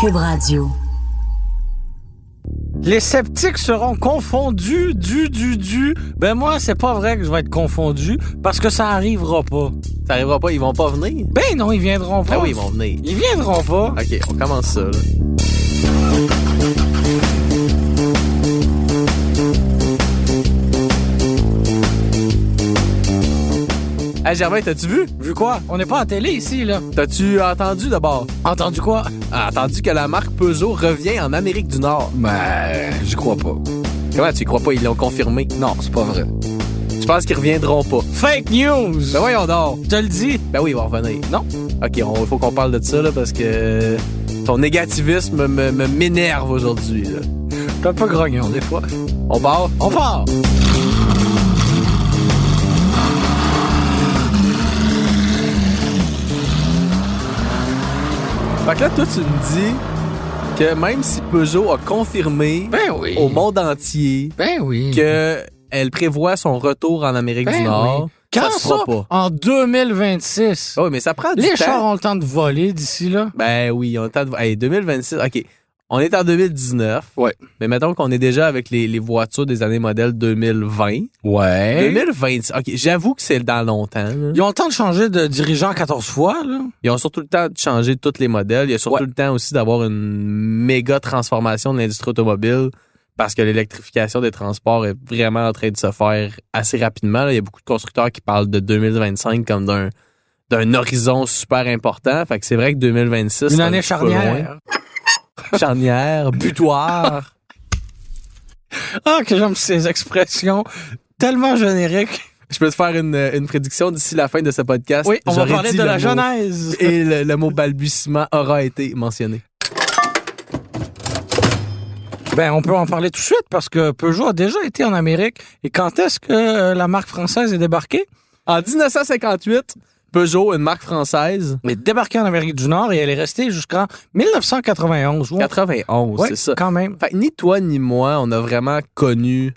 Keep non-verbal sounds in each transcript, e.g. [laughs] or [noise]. Cube Radio. Les sceptiques seront confondus, du, du, du. Ben moi, c'est pas vrai que je vais être confondu parce que ça arrivera pas. Ça arrivera pas, ils vont pas venir. Ben non, ils viendront pas. Ah oui, ils vont venir. Ils viendront pas. Ok, on commence ça. là. Hey Germain, t'as-tu vu? Vu quoi? On n'est pas à télé ici, là. T'as-tu entendu d'abord? Entendu quoi? Ah, Entendu que la marque Peugeot revient en Amérique du Nord. Ben, j'y crois pas. Comment tu y crois pas? Ils l'ont confirmé. Non, c'est pas vrai. Tu penses qu'ils reviendront pas? Fake news! Ben voyons donc. Je te le dis. Ben oui, ils vont revenir. Non. OK, il faut qu'on parle de ça, là, parce que ton négativisme me- me- m'énerve aujourd'hui. là. T'es un peu grognon, des fois. On part? On part! Fait que là, toi, tu me dis que même si Peugeot a confirmé Ben oui. au monde entier Ben oui. que elle prévoit son retour en Amérique Ben du Nord, oui. Quand se ça? fera pas. En 2026. Ah oui, mais ça prend du Les temps. chars ont le temps de voler d'ici là. Ben oui, on est en hey, 2026. OK. On est en 2019. Ouais. Mais mettons qu'on est déjà avec les, les voitures des années modèles 2020. Ouais. 2026. OK, j'avoue que c'est dans longtemps. là. Ils ont le temps de changer de dirigeant 14 fois, là. Ils ont surtout le temps de changer tous les modèles. Il y a surtout Ouais. le temps aussi d'avoir une méga transformation de l'industrie automobile parce que l'électrification des transports est vraiment en train de se faire assez rapidement. là. Il y a beaucoup de constructeurs qui parlent de 2025 comme d'un d'un horizon super important. Fait que c'est vrai que 2026... Une c'est un année petit peu charnière. loin. Charnière, [laughs] butoir. Ah, que j'aime ces expressions tellement génériques. Je peux te faire une, une prédiction d'ici la fin de ce podcast. Oui, on va Ah, J'aurais parler dit de le la mot- Genèse. Et le, le mot balbutiement aura été mentionné. Ben, on peut en parler tout de suite parce que Peugeot a déjà été en Amérique. Et quand est-ce que euh, la marque française est débarquée? En 1958, Peugeot, une marque française, Elle est débarquée en Amérique du Nord et elle est restée jusqu'en 1991. Ouais. 91, Ouais, c'est ça. quand même. Fait que ni toi ni moi, on a vraiment connu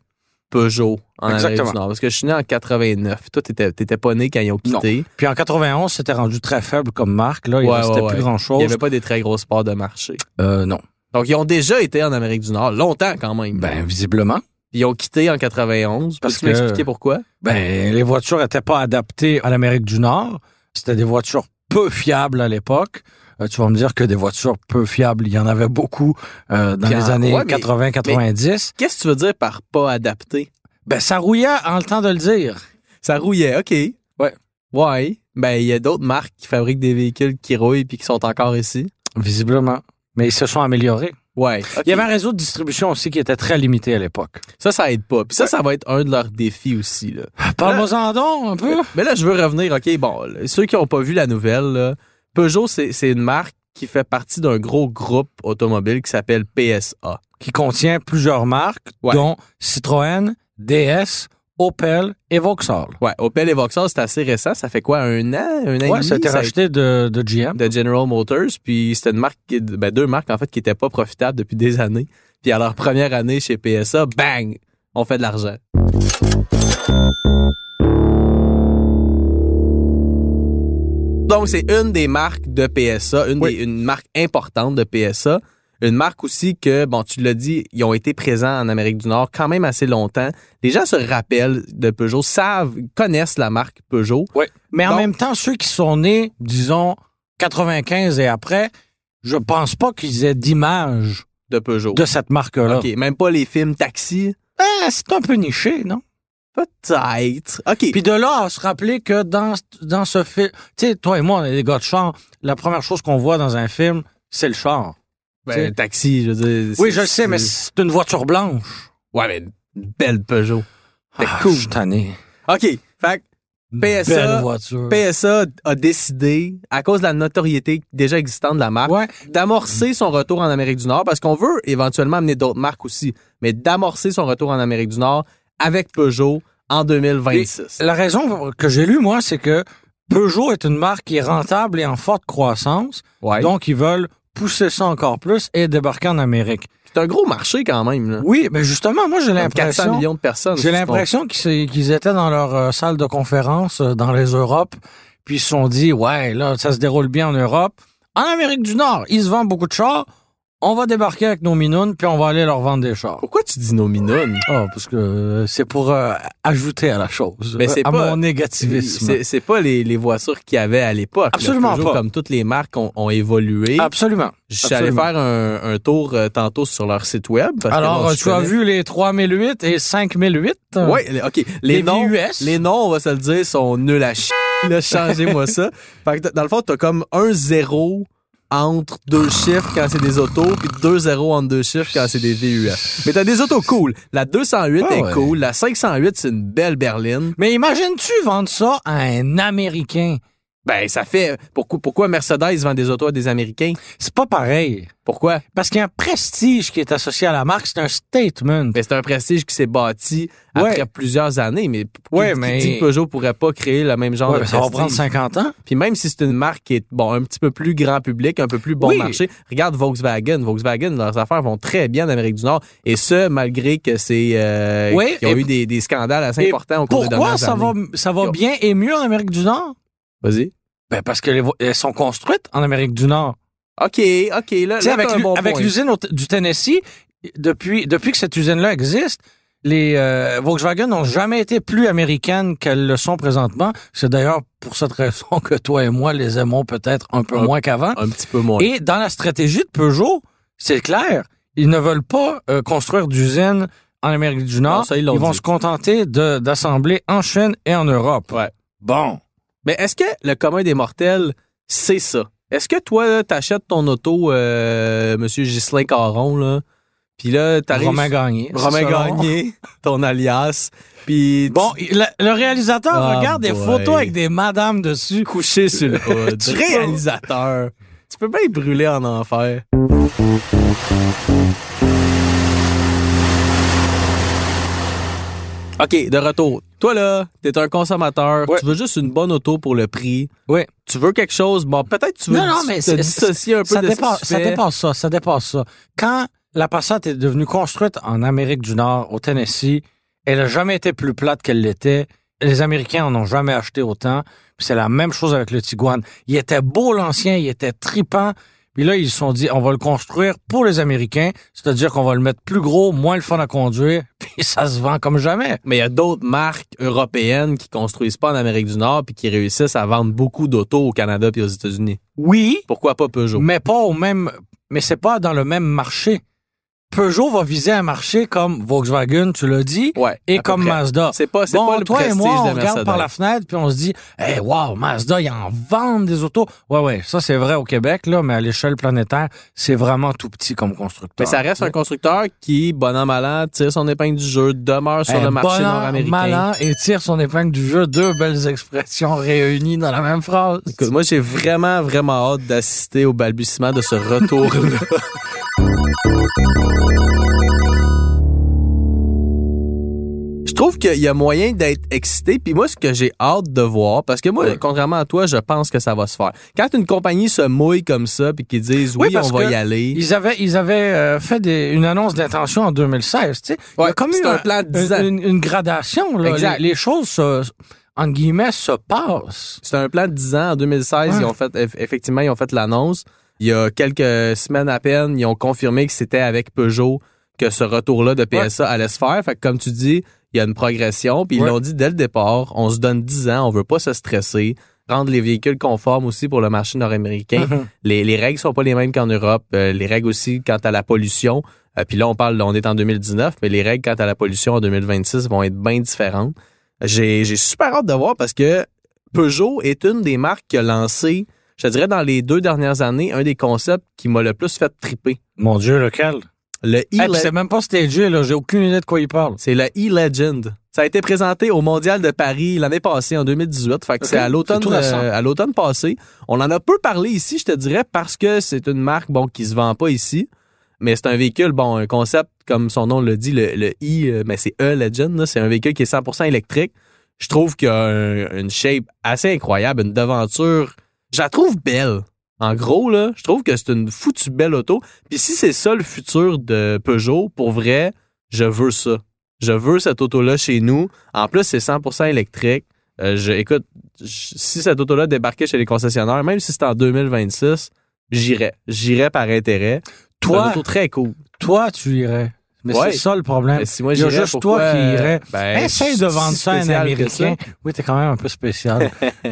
Peugeot en Amérique Exactement. du Nord. Parce que je suis né en 89. Toi, t'étais, t'étais pas né quand ils ont quitté. Puis en 91, c'était rendu très faible comme marque. Là, il Ouais, restait ouais, plus ouais. Il grand-chose. n'y avait pas des très grosses parts de marché. Euh, non. Donc, ils ont déjà été en Amérique du Nord, longtemps quand même. Ben, visiblement. Ils ont quitté en 91. Parce Parce que tu que- m'expliquer pourquoi? Ben, les voitures n'étaient pas adaptées à l'Amérique du Nord. C'était des voitures peu fiables à l'époque. Euh, tu vas me dire que des voitures peu fiables, il y en avait beaucoup euh, dans Puis les en- années ouais, mais- 80-90. Qu'est-ce que tu veux dire par pas adapté? Ben, ça rouillait en le temps de le dire. Ça rouillait, OK. Ouais. Ouais. Ben, il y a d'autres marques qui fabriquent des véhicules qui rouillent puis qui sont encore ici. Visiblement. Mais ils se sont améliorés. Ouais. OK. Il y avait un réseau de distribution aussi qui était très limité à l'époque. Ça, ça aide pas. Puis ça, ça va être un de leurs défis aussi. Là. [laughs] Ah, Parle-moi-en donc un peu. Mais là, je veux revenir, OK, bon, là, ceux qui n'ont pas vu la nouvelle, là, Peugeot, c'est c'est une marque qui fait partie d'un gros groupe automobile qui s'appelle PSA. Qui contient plusieurs marques, Ouais. dont Citroën, DS, Opel et Vauxhall. Ouais, Opel et Vauxhall, c'est assez récent. Ça fait quoi, un an, un an et Ouais, demi? Ben ça a été ça a été racheté de, de GM. de General Motors. Puis c'était une marque, qui- ben, deux marques, en fait, qui n'étaient pas profitables depuis des années. Puis à leur première année chez PSA, bang, on fait de l'argent. Donc, c'est une des marques de PSA, une, Oui. des- une marque importante de PSA. Une marque aussi que, bon, tu l'as dit, ils ont été présents en Amérique du Nord quand même assez longtemps. Les gens se rappellent de Peugeot, savent, connaissent la marque Peugeot. Mais en Donc- même temps, ceux qui sont nés, disons, 95 et après, je pense pas qu'ils aient d'image De Peugeot. de cette marque-là. OK, même pas les films Taxi. Ah, c'est un peu niché, non? Peut-être. OK. Puis de là à se rappeler que dans, dans ce film, tu sais, toi et moi, on est des gars de char, la première chose qu'on voit dans un film, c'est le char. Ben, un taxi, je veux dire. Oui, c'est- je le sais, mais c'est- c'est une voiture blanche. Ouais, mais une belle Peugeot. C'était Ah, cool. Je suis tanné. OK. Fait que PSA, Belle voiture. PSA a décidé, à cause de la notoriété déjà existante de la marque, Ouais. d'amorcer son retour en Amérique du Nord parce qu'on veut éventuellement amener d'autres marques aussi, mais d'amorcer son retour en Amérique du Nord avec Peugeot en 2026. La raison que j'ai lue, moi, c'est que Peugeot est une marque qui est rentable et en forte croissance. Ouais. Donc, Donc, ils veulent pousser ça encore plus et débarquer en Amérique. c'est un gros marché quand même, là. Oui, mais justement, moi, j'ai Comme 400 l'impression. millions de personnes. J'ai qui se font- l'impression qu'ils s'est- qu'ils étaient dans leur euh, salle de conférence euh, dans les Europes, puis ils se sont dit, ouais, là, ça se déroule bien en Europe. En Amérique du Nord, ils se vendent beaucoup de chars. on va débarquer avec nos minounes, puis on va aller leur vendre des chars. Pourquoi tu dis nos minounes? Ah, parce que euh, c'est pour euh, ajouter à la chose, Mais c'est à pas- mon négativisme. C'est c'est pas les, les voitures qu'il y avait à l'époque. là. Absolument Peugeot, pas. Comme toutes les marques ont, ont évolué. Absolument. Je suis allé absolument. faire un, un tour euh, tantôt sur leur site web. parce que Alors, moi, je tu as connais- vu les 3008 et 5008? Ouais, les- OK. Les, Les noms, VUS. les noms, on va se le dire, sont nuls à chier. là, Changez-moi ça. [laughs] Fait que, dans le fond, t'as comme un zéro entre deux chiffres quand c'est des autos, puis deux zéros entre deux chiffres quand c'est des VUS. Mais t'as des autos cool. La 208 Ah est ouais. cool. La 508, c'est une belle berline. Mais imagines-tu vendre ça à un Américain? Ben, ça fait... Pourquoi, pourquoi Mercedes vend des autos à des Américains? C'est pas pareil. Pourquoi? Parce qu'il y a un prestige qui est associé à la marque, c'est un statement. Mais c'est un prestige qui s'est bâti Ouais. après plusieurs années. Mais qui, Ouais, qui mais- dit que Peugeot pourrait pas créer le même genre Ouais, de mais ça va prestige? prendre 50 ans. Puis même si c'est une marque qui est bon un petit peu plus grand public, un peu plus bon Oui. marché, regarde Volkswagen. Volkswagen, leurs affaires vont très bien en Amérique du Nord. Et ce, malgré que c'est euh, Oui, qu'ils ont et- eu des, des scandales assez et importants au cours des Pourquoi dernières ça va, années. ça va Yo. bien et mieux en Amérique du Nord? Vas-y. Ben parce que les vo- elles sont construites en Amérique du Nord. OK, OK, là, Tu sais, là avec t'as un l'u- bon avec point. l'usine au T- du Tennessee, depuis, depuis que cette usine-là existe, les euh, Volkswagen n'ont jamais été plus américaines qu'elles le sont présentement. C'est d'ailleurs pour cette raison que toi et moi les aimons peut-être un peu Un- moins qu'avant. Un petit peu moins. Et dans la stratégie de Peugeot, c'est clair, ils ne veulent pas euh, construire d'usines en Amérique du Nord. Non, ça, ils l'ont ils vont dit. se contenter de- d'assembler en Chine et en Europe. Ouais. Bon. Mais est-ce que le commun des mortels, c'est ça? Est-ce que toi, là, t'achètes ton auto, euh, Monsieur Ghislain Caron, là, puis là, t'arrives... Romain Gagné. Romain c'est ça, non? Gagné, [laughs] ton alias, puis... tu- Bon, il- le, le réalisateur Ah, regarde des boy. photos avec des madames dessus. couché sur [laughs] le hood. Tu peux- réalisateur. Tu peux bien être brûlé en enfer. OK, de retour. Toi, là, t'es un consommateur. Ouais. Tu veux juste une bonne auto pour le prix. Oui. Tu veux quelque chose. Bon, peut-être tu veux Non, non, dis- mais te c'est- dissocier un peu Ça de dépasse, ce que tu ça fais. dépasse ça, ça dépasse ça. Quand la Passat est devenue construite en Amérique du Nord, au Tennessee, elle n'a jamais été plus plate qu'elle l'était. Les Américains en ont jamais acheté autant. Puis c'est la même chose avec le Tiguan. Il était beau l'ancien, il était tripant. Puis là, ils se sont dit, on va le construire pour les Américains, c'est-à-dire qu'on va le mettre plus gros, moins le fun à conduire, [laughs] puis ça se vend comme jamais. Mais il y a d'autres marques européennes qui construisent pas en Amérique du Nord puis qui réussissent à vendre beaucoup d'autos au Canada puis aux États-Unis. Oui, Pourquoi pas Peugeot? Mais pas au même. Mais c'est pas dans le même marché. Peugeot va viser un marché comme Volkswagen, tu l'as dit, Ouais. et à peu comme près. Mazda. C'est pas, c'est Bon, pas le toi et prestige moi, on de regarde Mercedes. par la fenêtre puis on se dit, hey, wow, Mazda, ils en vendent des autos. Ouais, ouais, ça c'est vrai au Québec là, mais à l'échelle planétaire, c'est vraiment tout petit comme constructeur. Mais ça reste un constructeur qui, bon an, mal an, tire son épingle du jeu, demeure sur Eh, le marché bon an, mal nord-américain. an et tire son épingle du jeu. Deux belles expressions réunies dans la même phrase. Écoute, moi, j'ai vraiment, vraiment hâte d'assister au balbutiement de [laughs] ce retour-là. Je trouve qu'il y a moyen d'être excité. Puis moi, ce que j'ai hâte de voir, parce que moi, Ouais. contrairement à toi, je pense que ça va se faire. Quand une compagnie se mouille comme ça, puis qu'ils disent Oui, oui, on parce va que y aller. Ils avaient, ils avaient euh, fait des- une annonce d'intention en 2016. Tu sais. Il y a Ouais, comme c'est eu un plan de 10 ans. une, une gradation. Là. Exact. Les, les choses, se- entre guillemets, se passent. C'était un plan de 10 ans. En 2016, Ouais. ils ont fait, eff- effectivement, ils ont fait l'annonce. Il y a quelques semaines à peine, ils ont confirmé que c'était avec Peugeot que ce retour-là de PSA allait se faire. Fait que, comme tu dis, il y a une progression. Puis ils Ouais. l'ont dit dès le départ, on se donne 10 ans, on veut pas se stresser. Rendre les véhicules conformes aussi pour le marché nord-américain. Uh-huh. les, les règles sont pas les mêmes qu'en Europe. Euh, les règles aussi quant à la pollution. Euh, puis là, on parle, on est en 2019, mais les règles quant à la pollution en 2026 vont être bien différentes. J'ai j'ai super hâte de voir parce que Peugeot est une des marques qui a lancé, je te dirais, dans les deux dernières années, un des concepts qui m'a le plus fait triper. Mon Dieu, lequel? Le Eh, e-le- puis c'est même pas stagé, là. J'ai aucune idée de quoi il parle. c'est le e-legend. Ça a été présenté au Mondial de Paris l'année passée, en 2018. Fait que Ok, c'est à l'automne, c'est tout récent. euh, à l'automne passé. On en a peu parlé ici, je te dirais, parce que c'est une marque, bon, qui se vend pas ici. Mais c'est un véhicule, bon, un concept, comme son nom le dit, le, le i, euh, mais c'est e-legend, là. C'est un véhicule qui est 100% électrique. Je trouve qu'il y a un- une shape assez incroyable, une devanture. Je la trouve belle. En gros, là, je trouve que c'est une foutue belle auto. Puis si c'est ça le futur de Peugeot, pour vrai, je veux ça. Je veux cette auto-là chez nous. En plus, c'est 100% électrique. Euh, je, écoute, je- si cette auto-là débarquait chez les concessionnaires, même si c'est en 2026, j'irais. J'irais par intérêt. un Toi, auto très cool. toi, tu irais. Mais Ouais. c'est ça le problème. Mais si moi Il y a j'irais, juste pourquoi, toi qui euh, irais. ben, Essaye je de suis vendre ça à un spécial que Américain. Oui, t'es quand même un peu spécial. [laughs]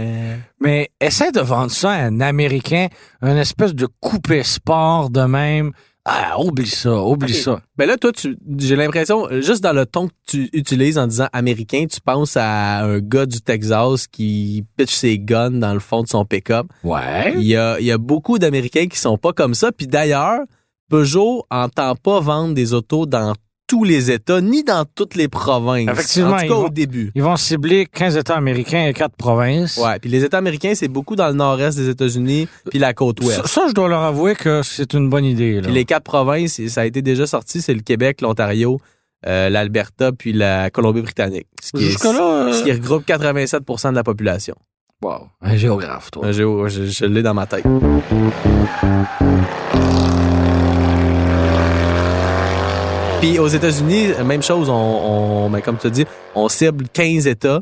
Mais essaie de vendre ça à un Américain, un espèce de coupé sport de même. Ah, oublie ça, oublie Ok. ça. Ben là, toi, tu- j'ai l'impression, euh, juste dans le ton que tu utilises en disant américain, tu penses à un gars du Texas qui pitch ses guns dans le fond de son pick-up. Ouais. Il y a, il y a beaucoup d'Américains qui sont pas comme ça. Puis d'ailleurs, Peugeot entend pas vendre des autos dans tous les États, ni dans toutes les provinces. Effectivement, En tout ils cas, vont- au début. Ils vont cibler 15 États américains et 4 provinces. Ouais. Puis les États américains, c'est beaucoup dans le nord-est des États-Unis, puis la côte ouest. Ça, ça, je dois leur avouer que c'est une bonne idée. Là. Puis les quatre provinces, ça a été déjà sorti, c'est le Québec, l'Ontario, euh, l'Alberta, puis la Colombie-Britannique. Ce qui est- Jusque-là, euh, Ce qui regroupe 87 de la population. wow. un géographe, toi. Euh, j'ai- Je, je l'ai dans ma tête. Puis aux États-Unis, euh, même chose, on, on- ben, comme tu dis, on cible 15 États.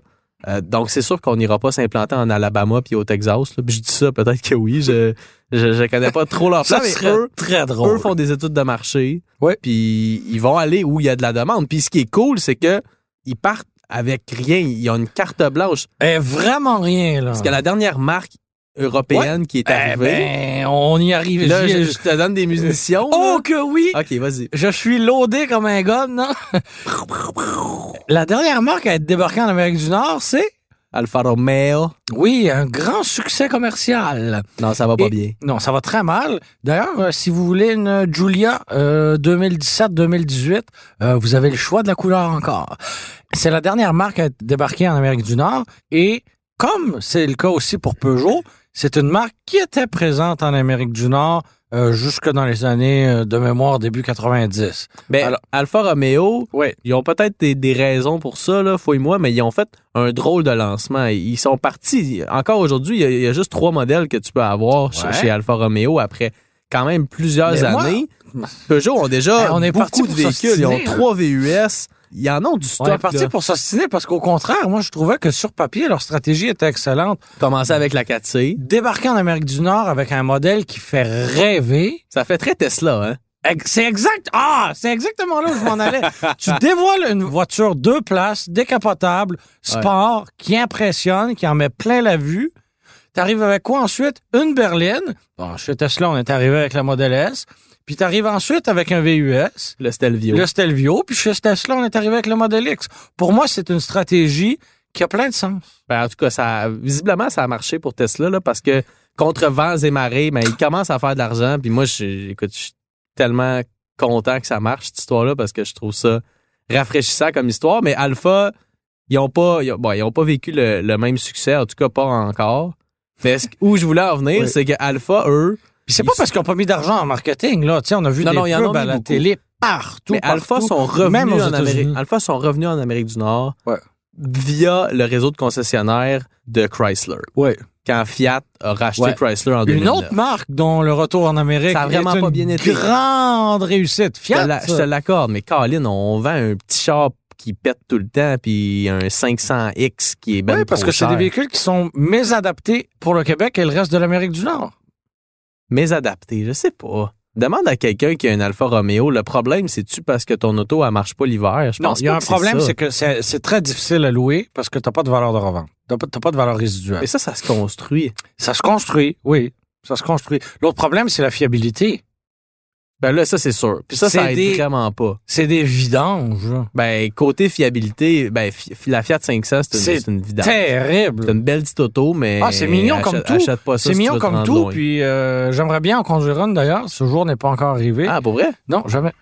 Euh, donc c'est sûr qu'on n'ira pas s'implanter en Alabama puis au Texas. là. Puis je dis ça, peut-être que oui. Je, je, je connais pas trop leur [laughs] plan, Ça mais serait eux- très eux drôle. font des études de marché. Ouais. Puis ils vont aller où il y a de la demande. Puis ce qui est cool, c'est que ils partent avec rien. Ils ont une carte blanche. Eh, vraiment rien, là. Parce que la dernière marque européenne qui est Eh arrivée, ben, on y arrive. là, J'y- je, je te donne des munitions. Oh que oui! là. OK, vas-y. Je suis loadé comme un gun, non? [laughs] La dernière marque à être débarquée en Amérique du Nord, c'est... Alfa Romeo. Oui, un grand succès commercial. Non, ça va pas Et- bien. Non, ça va très mal. D'ailleurs, euh, si vous voulez une Giulia euh, 2017-2018, euh, vous avez le choix de la couleur encore. C'est la dernière marque à être débarquée en Amérique du Nord et comme c'est le cas aussi pour Peugeot, c'est une marque qui était présente en Amérique du Nord euh, jusque dans les années euh, de mémoire début 90. Ben, Alors- Alfa Romeo, Oui. ils ont peut-être des, des raisons pour ça, là, fouille-moi, mais ils ont fait un drôle de lancement. Ils sont partis. Encore aujourd'hui, il y a- il y, a juste trois modèles que tu peux avoir chez, Ouais. chez Alfa Romeo après quand même plusieurs Mais moi- années. Peugeot ont déjà Hey, on est parti beaucoup de pour véhicules. Ils ont s'obstiner, là. trois VUS. Ils en ont du stock. On est parti là. pour s'ostiner parce qu'au contraire, moi je trouvais que sur papier, leur stratégie était excellente. Commencer avec la 4C. Débarquer en Amérique du Nord avec un modèle qui fait rêver, Ça fait très Tesla, hein? Ex- C'est exact. Ah, c'est exactement là où je m'en allais. tu dévoiles une voiture deux places, décapotable, sport, qui impressionne, qui en met plein la vue. T'arrives avec quoi ensuite? Une berline. Bon, chez Tesla, on est arrivé avec la Model S. Puis t'arrives ensuite avec un VUS, Le Stelvio. le Stelvio. Puis chez Tesla, on est arrivé avec le Model X. Pour moi, c'est une stratégie qui a plein de sens. Ben, en tout cas, ça, visiblement, ça a marché pour Tesla là, parce que contre vents et marées, ben, ils commencent à faire de l'argent. Puis moi, je, écoute, je suis tellement content que ça marche, cette histoire-là, parce que je trouve ça rafraîchissant comme histoire. Mais Alpha, ils ont pas, ils ont, bon, ils ont pas vécu le, le même succès, en tout cas pas encore. Mais ce- où je voulais en venir, Oui. c'est que Alpha, eux, Puis c'est pas Ils- parce qu'ils n'ont pas mis d'argent en marketing, là. Tu sais, on a vu Non, des non, ils en ont pubs mis à la beaucoup. télé partout. mais Alpha partout, sont revenus même aux en Amérique. Ah, États-Unis. Alpha sont revenus en Amérique du Nord Ouais. via le réseau de concessionnaires de Chrysler. Ouais. Quand Fiat a racheté Ouais. Chrysler en 2009. Une autre marque dont le retour en Amérique Ça a vraiment est une pas bien été. grande réussite. Je te Fiat. la- je te l'accorde, mais Colin, on vend un petit char qui pète tout le temps, puis un 500X qui est ben oui, parce trop que c'est cher. des véhicules qui sont mésadaptés pour le Québec et le reste de l'Amérique du Nord. Mais adapté, je sais pas. Demande à quelqu'un qui a un Alfa Romeo, le problème, c'est-tu parce que ton auto, elle marche pas l'hiver? Je Non, pense il y a pas un que problème, ça. c'est que c'est c'est très difficile à louer parce que t'as pas de valeur de revente. T'as pas, t'as pas de valeur résiduelle. Mais ça, ça se construit. Ça se construit, oui. Ça se construit. L'autre problème, c'est la fiabilité. Ben là, ça, c'est sûr. Puis ça, ça C'est aide des- vraiment pas. C'est des vidanges. là. Ben, côté fiabilité, ben, fi- la Fiat 500, c'est une, C'est c'est une vidange. C'est Terrible. une belle petite auto, mais. Ah, c'est mignon comme achète- tout. achète pas ça C'est si tu mignon veux te comme rendre tout, loin. puis euh, j'aimerais bien en conduire une d'ailleurs. Ce jour n'est pas encore arrivé. Ah, pour vrai? Non, jamais.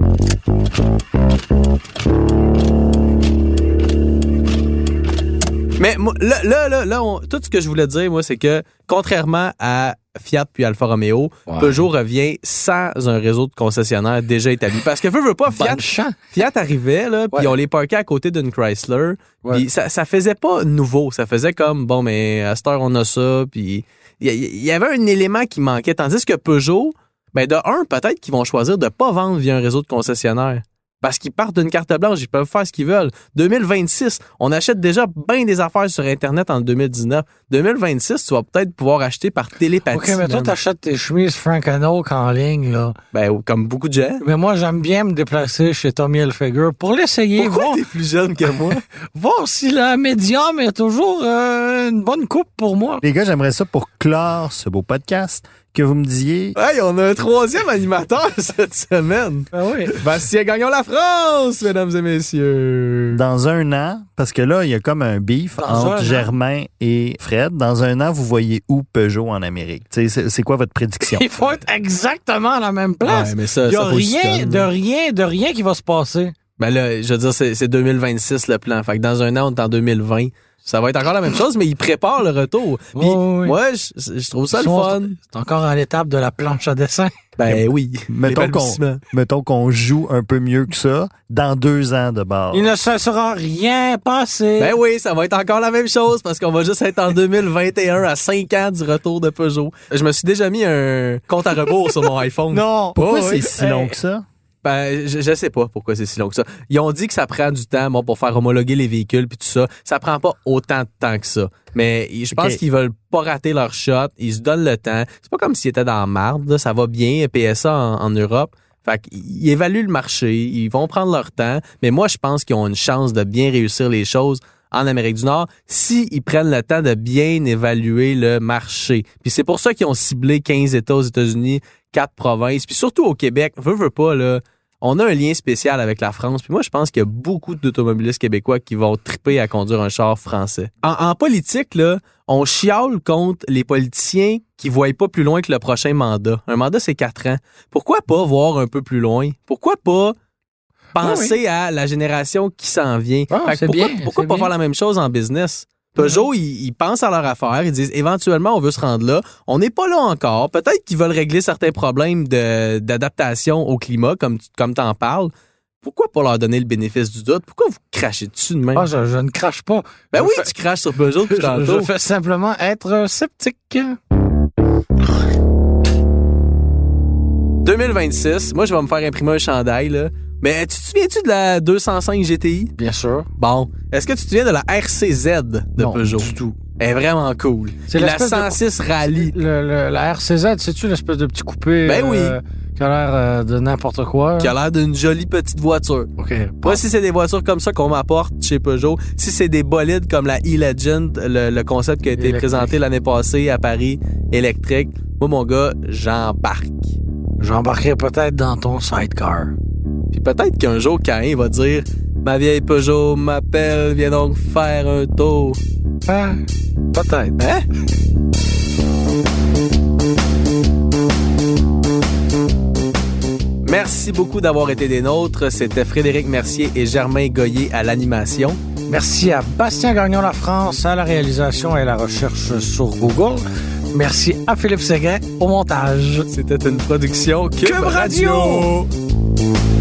Mais moi, là, là, là, là, on- tout ce que je voulais dire, moi, c'est que contrairement à Fiat puis Alfa Romeo, Peugeot revient sans un réseau de concessionnaires déjà établi. Parce que veut, veut pas, Fiat, Bonne chance. Fiat arrivait, là, puis Ouais. on les parquait à côté d'une Chrysler. Ouais. Puis ça, ça faisait pas nouveau. Ça faisait comme, bon, mais à cette heure, on a ça. Puis il y, il y avait un élément qui manquait. Tandis que Peugeot, ben, de un, peut-être qu'ils vont choisir de pas vendre via un réseau de concessionnaires. Parce qu'ils partent d'une carte blanche, ils peuvent faire ce qu'ils veulent. 2026, on achète déjà bien des affaires sur Internet en 2019. 2026, tu vas peut-être pouvoir acheter par télépathie. OK, mais toi, même. t'achètes tes chemises Frank and Oak en ligne, là. Ben, comme beaucoup de gens. Mais moi, j'aime bien me déplacer chez Tommy Hilfiger pour l'essayer, Pourquoi voir, t'es plus jeune que moi? voir si la médium est toujours euh, une bonne coupe pour moi. Les gars, j'aimerais ça pour clore ce beau podcast que vous me disiez hey, on a un troisième animateur [laughs] cette semaine. Ben oui. Bastien Gagnon la France, mesdames et messieurs. dans un an, parce que là, il y a comme un beef Dans un an. entre Germain et Fred. Dans un an, vous voyez où Peugeot en Amérique? Tu sais, C'est c'est quoi votre prédiction? Il faut être exactement à la même place. mais ça, Il n'y a ça, faut se rien, calmer. de rien, de rien qui va se passer. Ben là, je veux dire, c'est c'est 2026 le plan. Fait que dans un an, on est en 2020. Ça va être encore la même chose, mais ils préparent le retour. Puis, Oui, oui, oui. moi, je, je trouve ça Ils le sont- fun. C'est encore à l'étape de la planche à dessin. Ben oui. [laughs] Mettons qu'on mettons qu'on joue un peu mieux que ça dans deux ans de bord. Il ne se sera rien passé. Ah. Ben oui, ça va être encore la même chose parce qu'on va juste être en 2021 à 5 ans du retour de Peugeot. Je me suis déjà mis un compte à rebours sur mon iPhone. non. Pourquoi Oh, c'est oui. si long que ça? Ben, je, je sais pas pourquoi c'est si long que ça. Ils ont dit que ça prend du temps, bon, pour faire homologuer les véhicules puis tout ça. Ça prend pas autant de temps que ça. Mais ils- je pense Ok. qu'ils veulent pas rater leur shot. Ils se donnent le temps. C'est pas comme s'ils étaient dans la marde. là. Ça va bien, PSA en, en Europe. Fait qu'ils évaluent le marché. Ils vont prendre leur temps. Mais moi, je pense qu'ils ont une chance de bien réussir les choses en Amérique du Nord s'ils prennent le temps de bien évaluer le marché. Puis c'est pour ça qu'ils ont ciblé 15 États aux États-Unis, 4 provinces, puis surtout au Québec. Veux, veux pas, là. On a un lien spécial avec la France, puis moi je pense qu'il y a beaucoup d'automobilistes québécois qui vont triper à conduire un char français. En, en politique, là, on chiale contre les politiciens qui voient pas plus loin que le prochain mandat. Un mandat, c'est quatre ans. Pourquoi pas voir un peu plus loin? Pourquoi pas penser à la génération qui s'en vient? Ah, Fait que c'est pourquoi bien, pourquoi c'est pas bien. Mm-hmm. faire la même chose en business? Peugeot, ils, ils pensent à leur affaire, ils disent éventuellement on veut se rendre là. On n'est pas là encore. Peut-être qu'ils veulent régler certains problèmes de- d'adaptation au climat, comme tu comme en parles. Pourquoi pas leur donner le bénéfice du doute? Pourquoi vous crachez dessus de même? Ah, je, je ne crache pas. ben je oui, fais- tu craches sur [laughs] Peugeot Je, je depuis tantôt. fais simplement être euh, sceptique. 2026, moi je vais me faire imprimer un chandail. Là. Mais tu te souviens-tu de la 205 GTI? Bien sûr. Bon. Est-ce que tu te souviens de la RCZ de Non, Peugeot? du tout. Elle est vraiment cool. C'est Puis la l'espèce de- Hein? 106 Rally. Le- le- la RCZ, c'est-tu l'espèce de petit coupé Ben oui. euh, qui a l'air euh, de n'importe quoi? qui a l'air d'une jolie petite voiture. OK. Moi, si c'est des voitures comme ça qu'on m'apporte chez Peugeot, si c'est des bolides comme la e-Legend, le, le concept qui a été Électrique. présenté l'année passée à Paris, électrique, moi, mon gars, j'embarque. J'embarquerai peut-être dans ton sidecar. Puis peut-être qu'un jour, Caïn va dire Ma vieille Peugeot m'appelle, viens donc faire un tour. Ah, peut-être. Hein? Merci beaucoup d'avoir été des nôtres. C'était Frédéric Mercier et Germain Goyer à l'animation. Merci à Bastien Gagnon La France à la réalisation et à la recherche sur Google. Merci à Philippe Séguin au montage. C'était une production Cube, Cube Radio. Radio.